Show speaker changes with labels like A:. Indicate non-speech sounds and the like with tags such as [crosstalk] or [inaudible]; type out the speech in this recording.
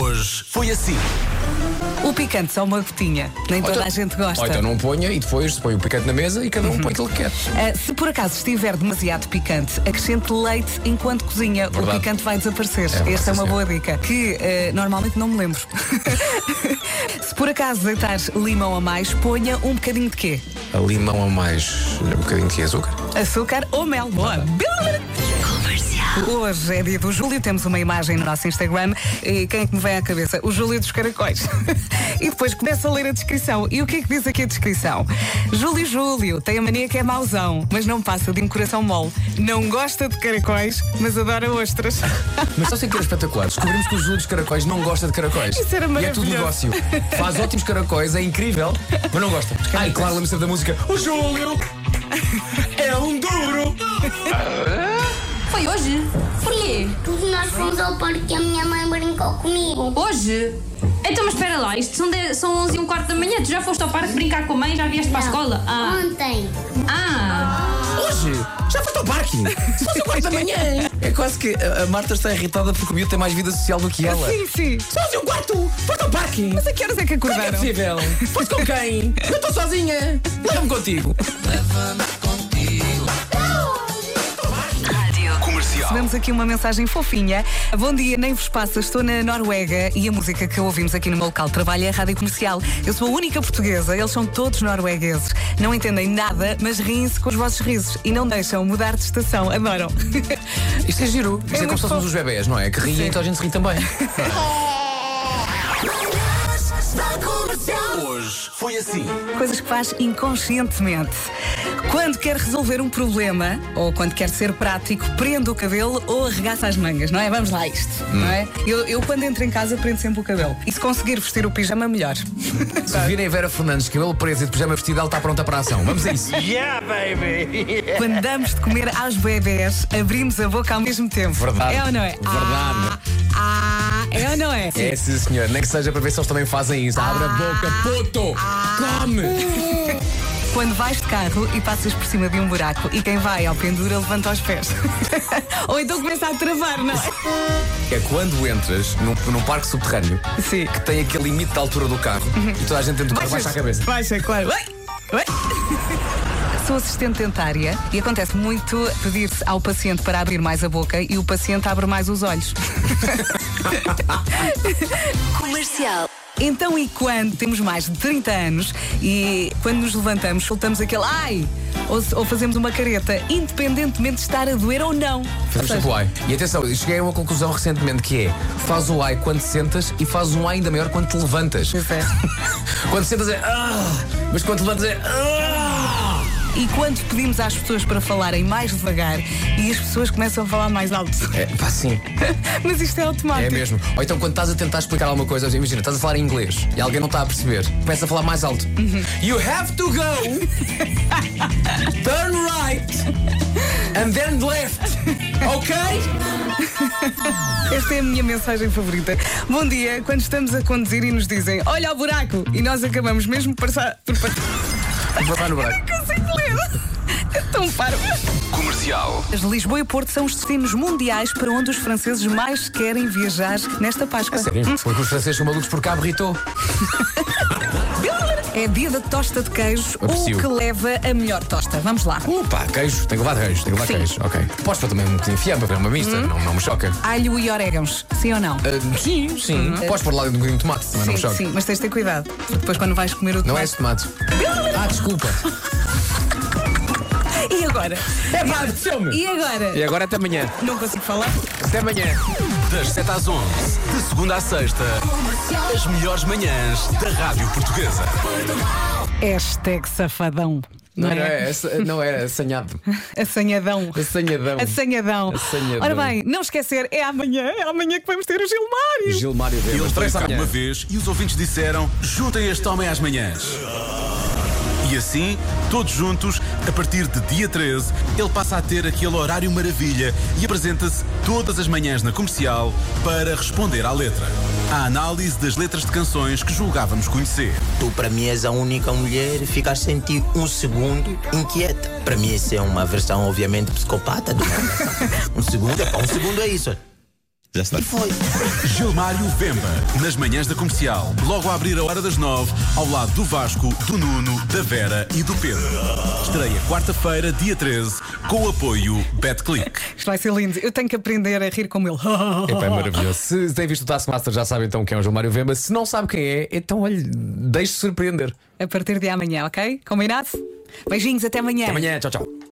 A: Hoje foi assim.
B: O picante só uma gotinha. Nem toda a gente gosta.
C: Ou então não ponha e depois põe o picante na mesa e cada um põe aquilo que quer.
B: Ah, se por acaso estiver demasiado picante, acrescente leite enquanto cozinha. O
C: Verdade.
B: picante vai desaparecer.
C: verdade,
B: Esta é uma
C: sim,
B: boa dica. Que ah, normalmente não me lembro. [laughs] se por acaso deitar limão a mais, ponha um bocadinho de quê?
C: A limão a mais, um bocadinho de açúcar.
B: Açúcar ou mel. Boa. Bela maravilha. Hoje é dia do Júlio, temos uma imagem no nosso Instagram e quem é que me vem à cabeça? O Júlio dos Caracóis. [laughs] e depois começa a ler a descrição. E o que é que diz aqui a descrição? Júlio Júlio tem a mania que é mauzão, mas não passa de um coração mole. Não gosta de caracóis, mas adora ostras.
C: Mas só sei que era espetacular. Descobrimos que o Júlio dos Caracóis não gosta de caracóis.
B: Isso era
C: E é tudo
B: maravilhoso.
C: negócio. Faz ótimos caracóis, é incrível, mas não gosta. Ah, e claro, lembro-me sempre da música. O Júlio é um duro.
D: Foi hoje? Porquê?
E: Porque nós fomos ao parque e a minha mãe brincou comigo.
D: Hoje? Então, mas espera lá, isto são, 10, são 11 e um quarto da manhã. Tu já foste ao parque brincar com a mãe? Já vieste para a escola? Ah!
E: Ontem.
D: Ah!
F: Hoje? Já foste ao parque? Se fosse ao quarto da manhã. É quase que a a Marta está irritada porque o miúdo tem mais vida social do que
C: Ah,
F: ela.
B: [laughs] Sim, sim.
F: Só se um quarto! Foste ao parque!
B: Mas a que horas é que
F: Como é que é
B: acordaram?
F: possível? Foste com quem? Eu estou sozinha!
C: é
F: Leva-me contigo!
B: Recebemos aqui uma mensagem fofinha. Bom dia, nem vos passa, estou na Noruega e a música que ouvimos aqui no meu local de trabalho é a rádio comercial. Eu sou a única portuguesa, eles são todos noruegueses. Não entendem nada, mas riem-se com os vossos risos e não deixam mudar de estação. Adoram. [laughs]
C: Isto é giro. Isto é,
B: muito
C: como se fôssemos
B: fofo.
C: os bebés, não é? Que riem, então a gente se ri
B: [laughs]
C: também.
A: Hoje foi assim.
B: Coisas que faz inconscientemente. Quando quer resolver um problema ou quando quer ser prático, prende o cabelo ou arregaça as mangas, não é? Vamos lá, a isto, não é? Eu, eu, quando entro em casa, prendo sempre o cabelo. E se conseguir vestir o pijama, melhor.
C: Se virem a Vera Fernandes, cabelo preso e de pijama vestido, ela está pronta para a ação. Vamos a isso.
B: Quando damos de comer aos bebés, abrimos a boca ao mesmo tempo.
C: Verdade.
B: É ou não é?
C: Verdade.
B: Ah, ah, é ou não é?
C: É, sim, senhor. Nem que seja para ver se eles também fazem isso. Abre a boca,
B: Ah.
C: puto! Come!
B: Quando vais de carro e passas por cima de um buraco e quem vai ao pendura levanta os pés. [laughs] Ou então começa a travar, não é?
C: É quando entras num, num parque subterrâneo
B: Sim.
C: que tem aquele limite da altura do carro e toda a gente dentro do carro baixa a cabeça.
B: Baixa, claro. Vai, vai. [laughs] Sou assistente dentária e acontece muito pedir-se ao paciente para abrir mais a boca e o paciente abre mais os olhos.
G: Comercial.
B: Então, e quando temos mais de 30 anos e quando nos levantamos, soltamos aquele ai ou, se- ou fazemos uma careta, independentemente de estar a doer ou não.
C: Fazemos
B: Ou
C: sempre o ai. E atenção, cheguei a uma conclusão recentemente que é: faz o ai quando sentas e faz um ai ainda maior quando te levantas.
B: seja,
C: Quando sentas é. "Ah", mas quando te levantas é. "Ah".
B: E quando pedimos às pessoas para falarem mais devagar e as pessoas começam a falar mais alto. [laughs]
C: É, pá, sim.
B: Mas isto é
C: É
B: automático.
C: mesmo. Ou então quando estás a tentar explicar alguma coisa, imagina, estás a falar em inglês e alguém não está a perceber, começa a falar mais alto. You have to go, turn right, and then left. Ok?
B: Esta é a minha mensagem favorita. Bom dia, quando estamos a conduzir e nos dizem olha o buraco e nós acabamos mesmo por passar. Por passar.
C: Vou dar no buraco.
B: Não consigo ler. É tão parvo.
A: Comercial.
B: Mas Lisboa e Porto são os destinos mundiais para onde os franceses mais querem viajar nesta Páscoa. Hum.
C: Porque os franceses são malucos por cabo Ritou.
B: É dia da tosta de queijos, o
C: Aprecio. Uh!
B: que leva a melhor tosta. Vamos lá.
C: Opa, queijo, tem que levar queijo, tem que levar
B: Sim. Hum.
C: queijo. Ok. Posso pôr também um bocadinho de fiambre, para uma mista, não, não me choca.
B: Alho e orégãos, sim ou não?
C: Ah, sim, sim. Podes pôr lá um bocadinho de tomate, também não me
B: Uhum. sim,
C: choca.
B: sim, mas tens de ter cuidado. Depois quando vais comer o
C: Não é
B: tomate.
C: esse tomate. Ah,
B: [laughs]
C: desculpa.
B: E agora?
C: É pá, desceu-me.
B: E agora?
C: E agora até amanhã.
B: Não consigo falar.
C: Até amanhã.
A: Das 7 às 11, de segunda à sexta, as melhores manhãs da Rádio Portuguesa.
B: Hashtag safadão. Não,
C: Não, não, é,
B: é?
C: é, não era
B: [laughs]
C: assanhado.
B: Assanhadão.
C: Assanhadão.
B: Assanhadão.
C: Assanhadão.
B: Ora bem, não esquecer, é amanhã, é amanhã que vamos ter o Gilmário.
C: Gilmário Verde.
A: Eles
C: Três
A: brincaram
C: amanhã.
A: uma vez e os ouvintes disseram: juntem este homem às manhãs. E assim, todos juntos, a partir de dia 13, ele passa a ter aquele horário maravilha e apresenta-se todas as manhãs na comercial para responder à letra. A análise das letras de canções que julgávamos conhecer.
H: Tu para mim és a única mulher, ficar sem ti um segundo inquieta. Para mim isso é uma versão obviamente psicopata do homem. Um segundo é pá, um segundo é isso.
I: Já está.
H: Foi.
A: Gilmário Vemba, nas manhãs da comercial, logo a abrir a hora das nove, ao lado do Vasco, do Nuno, da Vera e do Pedro. Estreia quarta-feira, dia 13, com o apoio BetClick.
B: Isto vai ser lindo. Eu tenho que aprender a rir como ele. [laughs]
C: Epá, é maravilhoso. Se tem visto o Taskmaster, já sabe então quem é o João Mário Vemba. Se não sabe quem é, então olha, deixe-se surpreender.
B: A partir de amanhã, ok? Combinado? Beijinhos, até amanhã.
C: Até amanhã, tchau, tchau.